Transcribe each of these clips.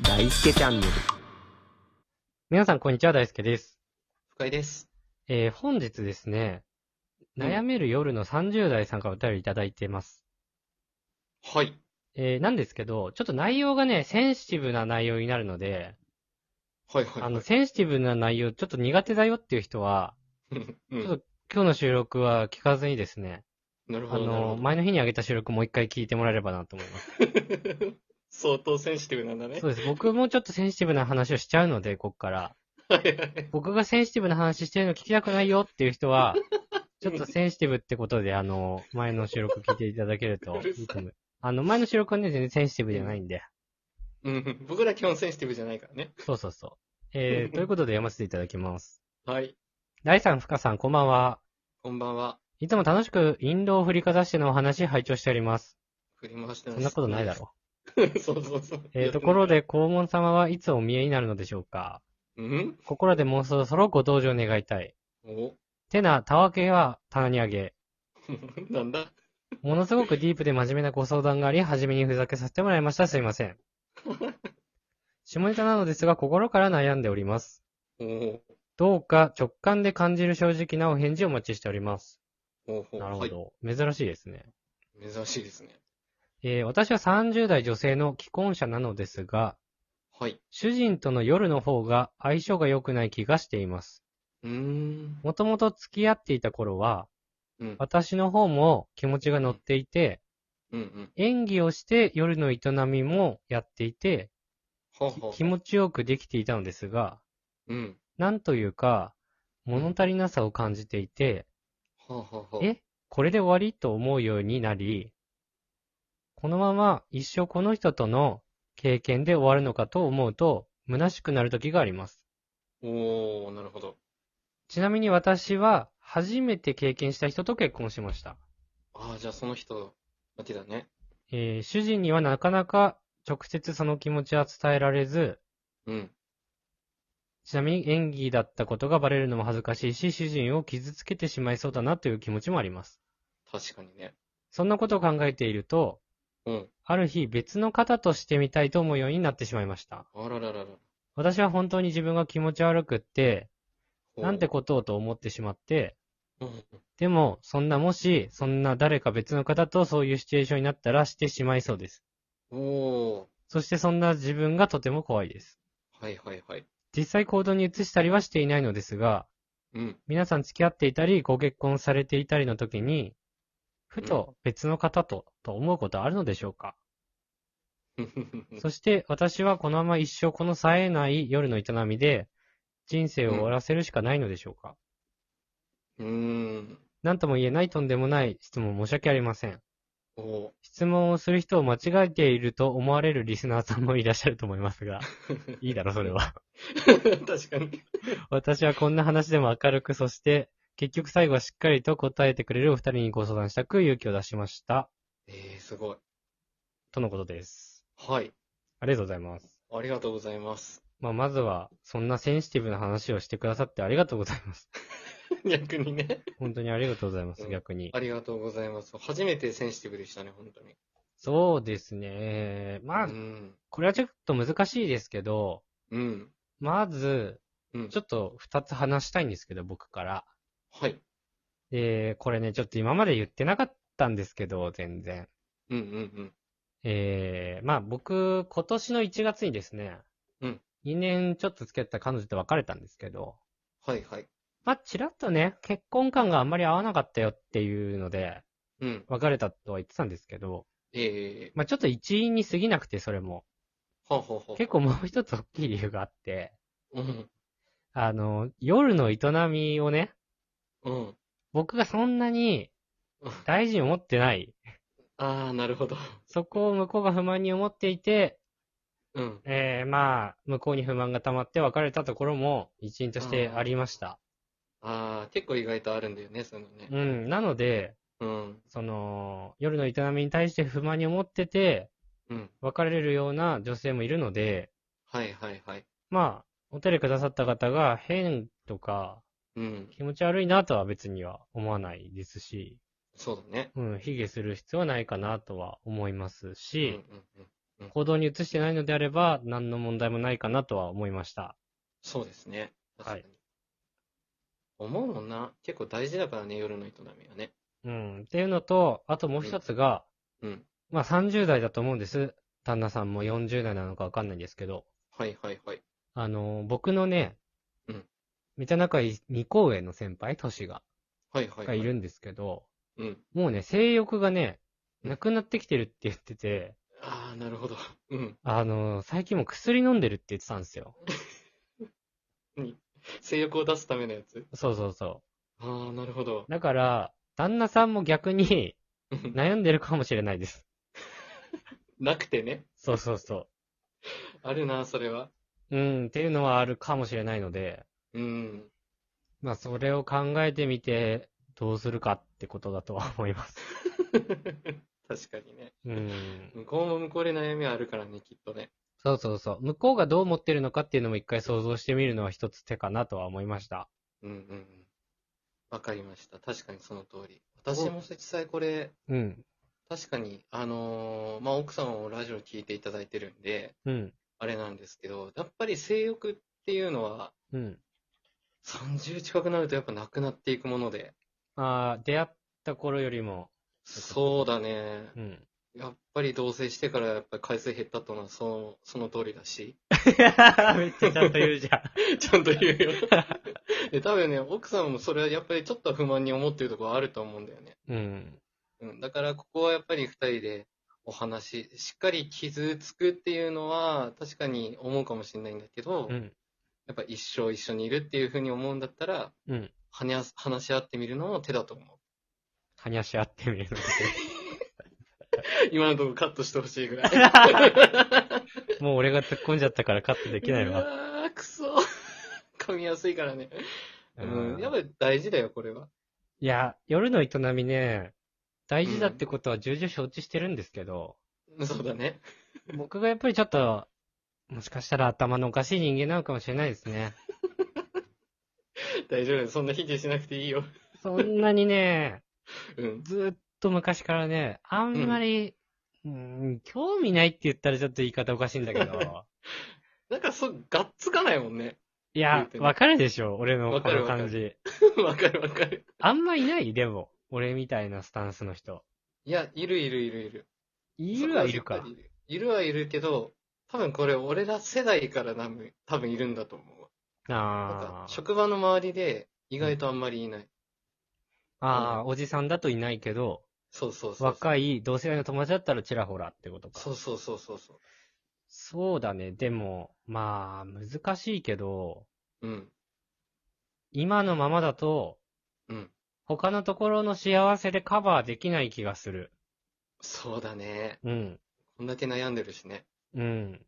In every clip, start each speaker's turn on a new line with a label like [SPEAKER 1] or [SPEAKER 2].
[SPEAKER 1] 大輔チャンネル。
[SPEAKER 2] 皆さん、こんにちは。大輔です。
[SPEAKER 3] 深井です。
[SPEAKER 2] えー、本日です
[SPEAKER 3] う
[SPEAKER 2] ね、
[SPEAKER 3] ん
[SPEAKER 2] 悩める夜の30代さんからお便りいただいてます。
[SPEAKER 3] はい。
[SPEAKER 2] えー、なんですけど、ちょっと内容がね、センシティブな内容になるので、
[SPEAKER 3] はいはい。
[SPEAKER 2] あの、、センシティブな内容ちょっと苦手だよっていう人は、
[SPEAKER 3] う
[SPEAKER 2] ちょっ
[SPEAKER 3] ん。
[SPEAKER 2] と今日の収録は聞かずにですね、
[SPEAKER 3] なる
[SPEAKER 2] あ
[SPEAKER 3] ほど。なる
[SPEAKER 2] の、
[SPEAKER 3] ほど
[SPEAKER 2] 前の日にあげた収録もう一回聞いてもらえればなと思います。
[SPEAKER 3] 相当センシティブなんだね。
[SPEAKER 2] そうです。僕もちょっとセンシティブな話をしちゃうので、こっから。
[SPEAKER 3] はいはい。
[SPEAKER 2] 僕がセンシティブな話してるの聞きたくないよっていう人は、ちょっとセンシティブってことで、あの、前の収録聞いていただけると
[SPEAKER 3] うる
[SPEAKER 2] いい
[SPEAKER 3] さ
[SPEAKER 2] と思う。あの、前の収録はね、全然センシティブじゃないんで。
[SPEAKER 3] うん。僕ら基本センシティブじゃないからね。
[SPEAKER 2] そうそうそう。えー、ということで読ませていただきます。
[SPEAKER 3] はい。
[SPEAKER 2] 大さん、深さん、こんばんは。
[SPEAKER 3] こんばんは。
[SPEAKER 2] いつも楽しく、インドを振りかざしてのお話、拝聴しております。
[SPEAKER 3] 振り回してます。
[SPEAKER 2] そんなことないだろ
[SPEAKER 3] ろ。 そうそうそう。
[SPEAKER 2] う。えー、ところで、黄門様はいつお見えになるのでしょうか
[SPEAKER 3] うん
[SPEAKER 2] 心でもうそろそろご登場願いたい。
[SPEAKER 3] お
[SPEAKER 2] てな、たわけは棚にあげ。
[SPEAKER 3] なんだ
[SPEAKER 2] ものすごくディープで真面目なご相談があり、初めにふざけさせてもらいました。すいませ ん。下ネタなのですが、心から悩んでおります。
[SPEAKER 3] おお
[SPEAKER 2] どうか直感で感じる正直なお返事をお待ちしております。
[SPEAKER 3] おお
[SPEAKER 2] なるほ
[SPEAKER 3] はい。
[SPEAKER 2] ど。珍しいですね。
[SPEAKER 3] 珍しいですね。
[SPEAKER 2] えー私は30代女性の既婚者なのですが、
[SPEAKER 3] はい。
[SPEAKER 2] 主人との夜の方が相性が良くない気がしています。
[SPEAKER 3] うーん。
[SPEAKER 2] もともと付き合っていた頃は、
[SPEAKER 3] うん。
[SPEAKER 2] 私の方も気持ちが乗っていて、
[SPEAKER 3] うんうん。
[SPEAKER 2] 演技をして夜の営みもやっていて、
[SPEAKER 3] はあは
[SPEAKER 2] 気持ちよくできていたのですが、
[SPEAKER 3] あ。うん。
[SPEAKER 2] なんというか、物足りなさを感じていて、
[SPEAKER 3] はあはあはあ。
[SPEAKER 2] えこれで終わりと思うようになり、このまま一生この人との経験で終わるのかと思うと、虚しくなる時があります。
[SPEAKER 3] おおなるほど。
[SPEAKER 2] ちなみに私は、初めて経験した人と結婚しました。
[SPEAKER 3] ああ、じゃあその人だけだね。
[SPEAKER 2] えー主人にはなかなか直接その気持ちは伝えられず、
[SPEAKER 3] うん。
[SPEAKER 2] ちなみに演技だったことがバレるのも恥ずかしいし、主人を傷つけてしまいそうだなという気持ちもあります。
[SPEAKER 3] 確かにね。
[SPEAKER 2] そんなことを考えていると、
[SPEAKER 3] うん。
[SPEAKER 2] ある日別の方としてみたいと思うようになってしまいました。
[SPEAKER 3] あらららら。
[SPEAKER 2] 私は本当に自分が気持ち悪くって、
[SPEAKER 3] おー
[SPEAKER 2] なんてことをと思ってしまって、
[SPEAKER 3] うん
[SPEAKER 2] でも、そんなもし、そんな誰か別の方とそういうシチュエーションになったらしてしまいそうです。
[SPEAKER 3] おー、
[SPEAKER 2] そしてそんな自分がとても怖いです。
[SPEAKER 3] はいはいはい。
[SPEAKER 2] 実際行動に移したりはしていないのですが、
[SPEAKER 3] うん。
[SPEAKER 2] 皆さん付き合っていたり、ご結婚されていたりの時に、ふと別の方と、と思うことはあるのでしょうか、そして私はこのまま一生この冴えない夜の営みで、人生を終わらせるしかないのでしょうか、
[SPEAKER 3] うーん。
[SPEAKER 2] なんとも言えないとんでもない質問申し訳ありません。
[SPEAKER 3] おお
[SPEAKER 2] 質問をする人を間違えていると思われるリスナーさんもいらっしゃると思いま すが、
[SPEAKER 3] ー
[SPEAKER 2] いいだろ、それは。
[SPEAKER 3] 確かに。
[SPEAKER 2] 私はこんな話でも明るく、そして、結局最後はしっかりと答えてくれるお二人にご相談したく勇気を出しました。
[SPEAKER 3] えー、すごい。
[SPEAKER 2] とのことです。
[SPEAKER 3] はい。
[SPEAKER 2] ありがとうございます。
[SPEAKER 3] ありがとうございます。
[SPEAKER 2] まあ、まずは、そんなセンシティブな話をしてくださってありがとうございます。
[SPEAKER 3] 逆にね。
[SPEAKER 2] 本当にありがとうございます、
[SPEAKER 3] うん
[SPEAKER 2] 逆に。
[SPEAKER 3] ありがとうございます。初めてセンシティブでしたね、本当に。
[SPEAKER 2] そうですね。まあ
[SPEAKER 3] う、ん。
[SPEAKER 2] これはちょっと難しいですけど、
[SPEAKER 3] うん。
[SPEAKER 2] まず、
[SPEAKER 3] うん。
[SPEAKER 2] ちょっと二つ話したいんですけど、僕から。
[SPEAKER 3] はい。
[SPEAKER 2] で、これね、ちょっと今まで言ってなかったんですけど、全然。
[SPEAKER 3] うんうん
[SPEAKER 2] えー、まあ僕、今年の1月にですね、
[SPEAKER 3] うん
[SPEAKER 2] 2年ちょっと付き合ってた彼女と別れたんですけど、
[SPEAKER 3] うん。はいはい。
[SPEAKER 2] まあちらっとね、結婚感があんまり合わなかったよっていうので、
[SPEAKER 3] うん。
[SPEAKER 2] 別れたとは言ってたんですけど、
[SPEAKER 3] え
[SPEAKER 2] まあ、ちょっと一因に過ぎなくて、それも。
[SPEAKER 3] ー、はあ、はあはあ
[SPEAKER 2] 結構もう一つ大きい理由があって、
[SPEAKER 3] うん。
[SPEAKER 2] あの、夜の営みをね、
[SPEAKER 3] うん。
[SPEAKER 2] 僕がそんなに大事に思ってない。
[SPEAKER 3] あー、なるほど。
[SPEAKER 2] そこを向こうが不満に思っていて、
[SPEAKER 3] うん。
[SPEAKER 2] えー、まあ、向こうに不満が溜まって別れたところも一因としてありました。
[SPEAKER 3] あー、結構意外とあるんだよね、そういうのね。
[SPEAKER 2] うん。なので、
[SPEAKER 3] うん。
[SPEAKER 2] その、夜の営みに対して不満に思ってて、
[SPEAKER 3] うん。
[SPEAKER 2] 別れるような女性もいるので、
[SPEAKER 3] はいはいはい。
[SPEAKER 2] まあ、お便りくださった方が変とか、
[SPEAKER 3] うん。
[SPEAKER 2] 気持ち悪いなとは別には思わないですし、
[SPEAKER 3] そうだね。
[SPEAKER 2] うん、卑下する必要はないかなとは思います
[SPEAKER 3] う
[SPEAKER 2] し、
[SPEAKER 3] んうんうん
[SPEAKER 2] 行動に移してないのであれば、何の問題もないかなとは思いました。
[SPEAKER 3] そうですね。確かに
[SPEAKER 2] は。
[SPEAKER 3] 思うもんな。結構大事だからね、夜の営みはね。
[SPEAKER 2] うん。っていうのと、あともう一つが、
[SPEAKER 3] うん。
[SPEAKER 2] まあ30代だと思うんです。旦那さんも40代なのかわかんないんですけど、
[SPEAKER 3] はいはいはい。
[SPEAKER 2] あの、僕のね、
[SPEAKER 3] うん
[SPEAKER 2] めちゃ仲いい2校上の先輩、都市が、
[SPEAKER 3] はいはい、は
[SPEAKER 2] が
[SPEAKER 3] い。
[SPEAKER 2] いるんですけど、
[SPEAKER 3] うん。
[SPEAKER 2] もうね、性欲がね、
[SPEAKER 3] うん
[SPEAKER 2] なくなってきてるって言ってて、
[SPEAKER 3] ああ、なるほど。うん。
[SPEAKER 2] あの、最近もう薬飲んでるって言ってたんですよ。
[SPEAKER 3] 性欲を出すためのやつ。
[SPEAKER 2] そうそうそ
[SPEAKER 3] ああ、なるほど
[SPEAKER 2] う。。だから、旦那さんも逆に悩んでるかもしれないです。
[SPEAKER 3] なくてね。
[SPEAKER 2] そうそうそ
[SPEAKER 3] あるな、それは。
[SPEAKER 2] う。うん、っていうのはあるかもしれないので、
[SPEAKER 3] うん。
[SPEAKER 2] まあそれを考えてみて、どうするかってことだとは思います。
[SPEAKER 3] 確かにね。
[SPEAKER 2] うん。
[SPEAKER 3] 向こうも向こうで悩みはあるからね、きっとね。
[SPEAKER 2] そうそうそう。向こうがどう思ってるのかっていうのも一回想像してみるのは一つ手かなとは思いました。
[SPEAKER 3] うんうんうん。わかりました。確かにその通り。私も実際これ、
[SPEAKER 2] うん。
[SPEAKER 3] 確かに、あのーまあ、奥さんをラジオ聞いていただいてるんで、
[SPEAKER 2] うん。
[SPEAKER 3] あれなんですけど、やっぱり性欲っていうのは、
[SPEAKER 2] うん。
[SPEAKER 3] 30近くなるとやっぱなくなっていくもので。
[SPEAKER 2] ああ、出会った頃よりも、
[SPEAKER 3] そうだね。
[SPEAKER 2] うん。
[SPEAKER 3] やっぱり同棲してからやっぱり回数減ったとのはその、その通りだし。
[SPEAKER 2] めっちゃちゃんと言うじゃん。
[SPEAKER 3] ちゃんと言うよ。で、多分ね、奥さんもそれはやっぱりちょっと不満に思ってるところはあると思うんだよね。
[SPEAKER 2] うん。
[SPEAKER 3] うん。だからここはやっぱり二人でお話、しっかり傷つくっていうのは確かに思うかもしれないんだけど、
[SPEAKER 2] うん。
[SPEAKER 3] やっぱ一生一緒にいるっていうふうに思うんだったら、
[SPEAKER 2] うん。
[SPEAKER 3] 話話し合ってみるのも手だと思う。
[SPEAKER 2] 話し合ってみるの
[SPEAKER 3] 今のところカットしてほしいぐらい。
[SPEAKER 2] で。もう俺が突っ込んじゃったからカットできないわ。
[SPEAKER 3] うわー、くそ。 噛みやすいからね。うん。やっぱ
[SPEAKER 2] い
[SPEAKER 3] り大事だよ、これは。
[SPEAKER 2] や、夜の営みね、大事だってことは重々承知してるんですけど、
[SPEAKER 3] そうだね。
[SPEAKER 2] 僕がやっぱりちょっと、もしかしたら頭のおかしい人間なのかもしれないで すね。
[SPEAKER 3] 大丈夫だよそんな否定しなくていいよ。
[SPEAKER 2] そんなにね、
[SPEAKER 3] うん。
[SPEAKER 2] ずーっと昔からね、あんまり、うーん、興味ないって言ったらちょっと言い方おかしいんだけど、
[SPEAKER 3] なんかそう、がっつかないもんね。
[SPEAKER 2] い
[SPEAKER 3] 言
[SPEAKER 2] や
[SPEAKER 3] うて、ね
[SPEAKER 2] わかるでしょ、俺の
[SPEAKER 3] わ
[SPEAKER 2] こ
[SPEAKER 3] かる
[SPEAKER 2] の感じ。
[SPEAKER 3] わかるわかる。
[SPEAKER 2] あんまいない、でも、俺みたいなスタンスの人。
[SPEAKER 3] いや、いるいるいるいる。
[SPEAKER 2] いるはいるか。
[SPEAKER 3] いるはいるけど、多分これ俺ら世代から多分多分いるんだと思うわ。なんか
[SPEAKER 2] あー
[SPEAKER 3] 職場の周りで意外とあんまりいない。
[SPEAKER 2] あー、おじさんだといないけど、
[SPEAKER 3] そうそうそう。い。
[SPEAKER 2] 若い同世代の友達だったらちらほらってことか。
[SPEAKER 3] そうそうそうそうそ
[SPEAKER 2] そうだね、でも、まあ、難しいけど、
[SPEAKER 3] う。うん。
[SPEAKER 2] 今のままだと、
[SPEAKER 3] うん。
[SPEAKER 2] 他のところの幸せでカバーできない気がする。
[SPEAKER 3] そうだね。
[SPEAKER 2] うん。
[SPEAKER 3] こんだけ悩んでるしね。
[SPEAKER 2] うん。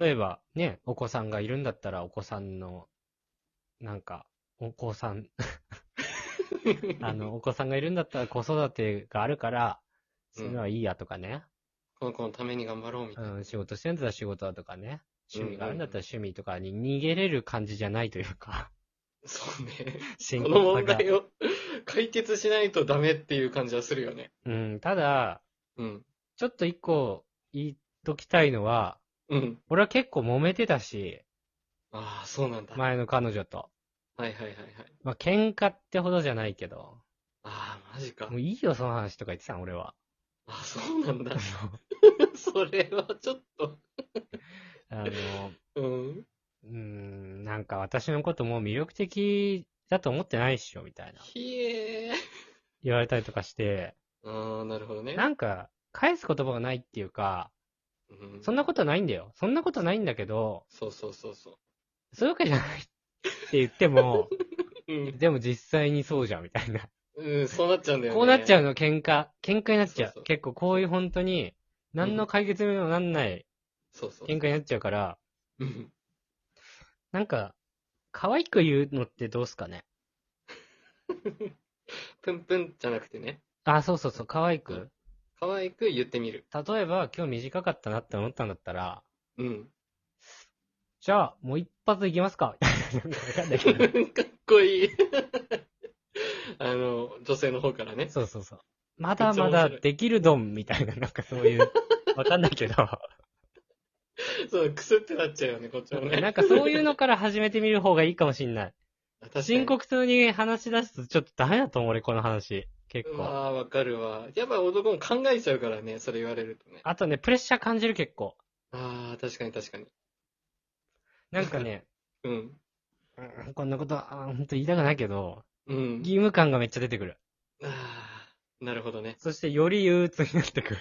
[SPEAKER 2] 例えば、ね、お子さんがいるんだったら、お子さんの、なんか、お子さ ん、あの、お子さんがいるんだったら子育てがあるから、そういうのはいいやとかね。
[SPEAKER 3] この子のために頑張ろうみた
[SPEAKER 2] う
[SPEAKER 3] いな。
[SPEAKER 2] ん、仕事してんだったら仕事だとかね。趣味があるんだったら趣味とかに逃げれる感じじゃないという か、
[SPEAKER 3] そうね。
[SPEAKER 2] 深
[SPEAKER 3] この
[SPEAKER 2] 刻さ
[SPEAKER 3] 問
[SPEAKER 2] が。
[SPEAKER 3] 題を 解決しないとダメっていう感じはするよね。
[SPEAKER 2] うん、ただ、
[SPEAKER 3] うん。
[SPEAKER 2] ちょっと一個言っときたいのは、
[SPEAKER 3] うん。
[SPEAKER 2] 俺は結構揉めてたし、
[SPEAKER 3] ああ、そうなんだ。はい
[SPEAKER 2] 前の彼女と。
[SPEAKER 3] はいはいはい。
[SPEAKER 2] まあ、喧嘩ってほどじゃないけど、
[SPEAKER 3] ああ、マジか
[SPEAKER 2] も。ういいよ、その話とか言ってたの、俺は。
[SPEAKER 3] ああ、そうなんだ。 それはちょっと。
[SPEAKER 2] あの、
[SPEAKER 3] うん。
[SPEAKER 2] うーん、なんか私のこともう魅力的だと思ってないっしょ、みたいな。
[SPEAKER 3] ひえー。
[SPEAKER 2] 言われたりとかして、
[SPEAKER 3] ああ、なるほどね。
[SPEAKER 2] なんか、返す言葉がないっていうか、
[SPEAKER 3] うん、
[SPEAKER 2] そんなことないんだよ。そんなことないんだけど、
[SPEAKER 3] そうそうそうそ
[SPEAKER 2] そういうわけじゃないって言っ ても、
[SPEAKER 3] う。 うん。
[SPEAKER 2] でも実際にそうじゃん、みたいな。
[SPEAKER 3] うん、そうなっちゃうんだよね。
[SPEAKER 2] こうなっちゃうの、喧嘩。喧嘩になっちゃう。
[SPEAKER 3] そうそう
[SPEAKER 2] 結構こういう本当に、何の解決にもなんない
[SPEAKER 3] そうそう。
[SPEAKER 2] 喧嘩になっちゃうから、
[SPEAKER 3] うん。
[SPEAKER 2] なんか、可愛く言うのってどうすかね。
[SPEAKER 3] プンプンじゃなくてね。
[SPEAKER 2] あ、そうそうそう、可愛く。
[SPEAKER 3] 可愛く言ってみる。
[SPEAKER 2] 例えば今日短かったなって思ったんだったら、
[SPEAKER 3] うん。
[SPEAKER 2] じゃあもう一発いきますか。 なんかわかんな い
[SPEAKER 3] か
[SPEAKER 2] け ど
[SPEAKER 3] っこいい。 あの、女性の方からね。
[SPEAKER 2] そうそ うそう。まだまだできるどんみたいな、なんかそういう、わかんないけど、
[SPEAKER 3] とクスってなっちゃうよね、こっちもね。
[SPEAKER 2] なんかそういうのから始めてみる方がいいかもしんない。
[SPEAKER 3] 確かに
[SPEAKER 2] 深刻そうに話し出すとちょっとダメだと思う、俺、この話。結
[SPEAKER 3] う
[SPEAKER 2] 構。
[SPEAKER 3] わー、わかるわ。やっぱ男も考えちゃうからね、それ言われるとね。
[SPEAKER 2] あとね、プレッシャー感じる結構。
[SPEAKER 3] あー、確かに確かに。
[SPEAKER 2] なんかね、
[SPEAKER 3] うん。
[SPEAKER 2] うんこんなこと、あーほんと言いたくないけど、
[SPEAKER 3] うん。
[SPEAKER 2] 義務感がめっちゃ出てくる。
[SPEAKER 3] あー、なるほどね。
[SPEAKER 2] そしてより憂鬱になってくる。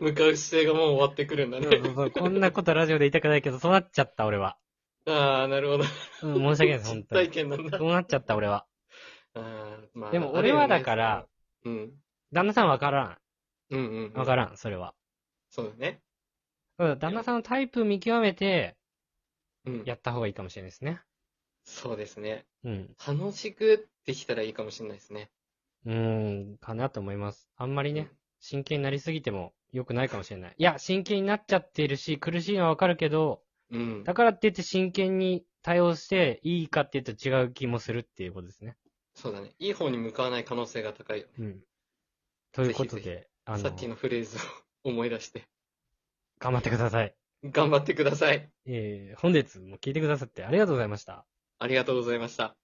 [SPEAKER 3] 向かう姿勢がもう終わってくるんだ
[SPEAKER 2] そう
[SPEAKER 3] ね。
[SPEAKER 2] そうそうこんなことラジオで言いたくないけど、そうなっちゃった、俺は。
[SPEAKER 3] あー、なるほど。
[SPEAKER 2] うん、申し訳ないです、本
[SPEAKER 3] 実
[SPEAKER 2] 当
[SPEAKER 3] 体
[SPEAKER 2] に。
[SPEAKER 3] 験なんだ
[SPEAKER 2] そ。うなっちゃった、俺は。
[SPEAKER 3] あーまあ
[SPEAKER 2] でも俺はだか、
[SPEAKER 3] あ
[SPEAKER 2] ら、
[SPEAKER 3] るよね
[SPEAKER 2] 旦那さんわから
[SPEAKER 3] うん。うんうんうん
[SPEAKER 2] ん。。わからん、それは。
[SPEAKER 3] そうだね。
[SPEAKER 2] うん旦那さんのタイプ見極めて、
[SPEAKER 3] うん。
[SPEAKER 2] やった方がいいかもしれないですね。
[SPEAKER 3] そうですね。
[SPEAKER 2] うん。
[SPEAKER 3] 楽しくできたらいいかもしれないですね。
[SPEAKER 2] うーん、かなと思います。あんまりね、真剣になりすぎても良くないかもしれない。いや、真剣になっちゃってるし、苦しいのはわかるけど、
[SPEAKER 3] うん。
[SPEAKER 2] だからって言って真剣に対応していいかって言うと違う気もするっていうことですね。
[SPEAKER 3] そうだね。いい方に向かわない可能性が高いよね。
[SPEAKER 2] うん。ということで、
[SPEAKER 3] ぜ
[SPEAKER 2] あの
[SPEAKER 3] さっきのフレーズを思い出して。
[SPEAKER 2] 頑張ってください。
[SPEAKER 3] 頑張ってください。
[SPEAKER 2] えー、本日も聞いてくださってありがとうございました。
[SPEAKER 3] ありがとうございました。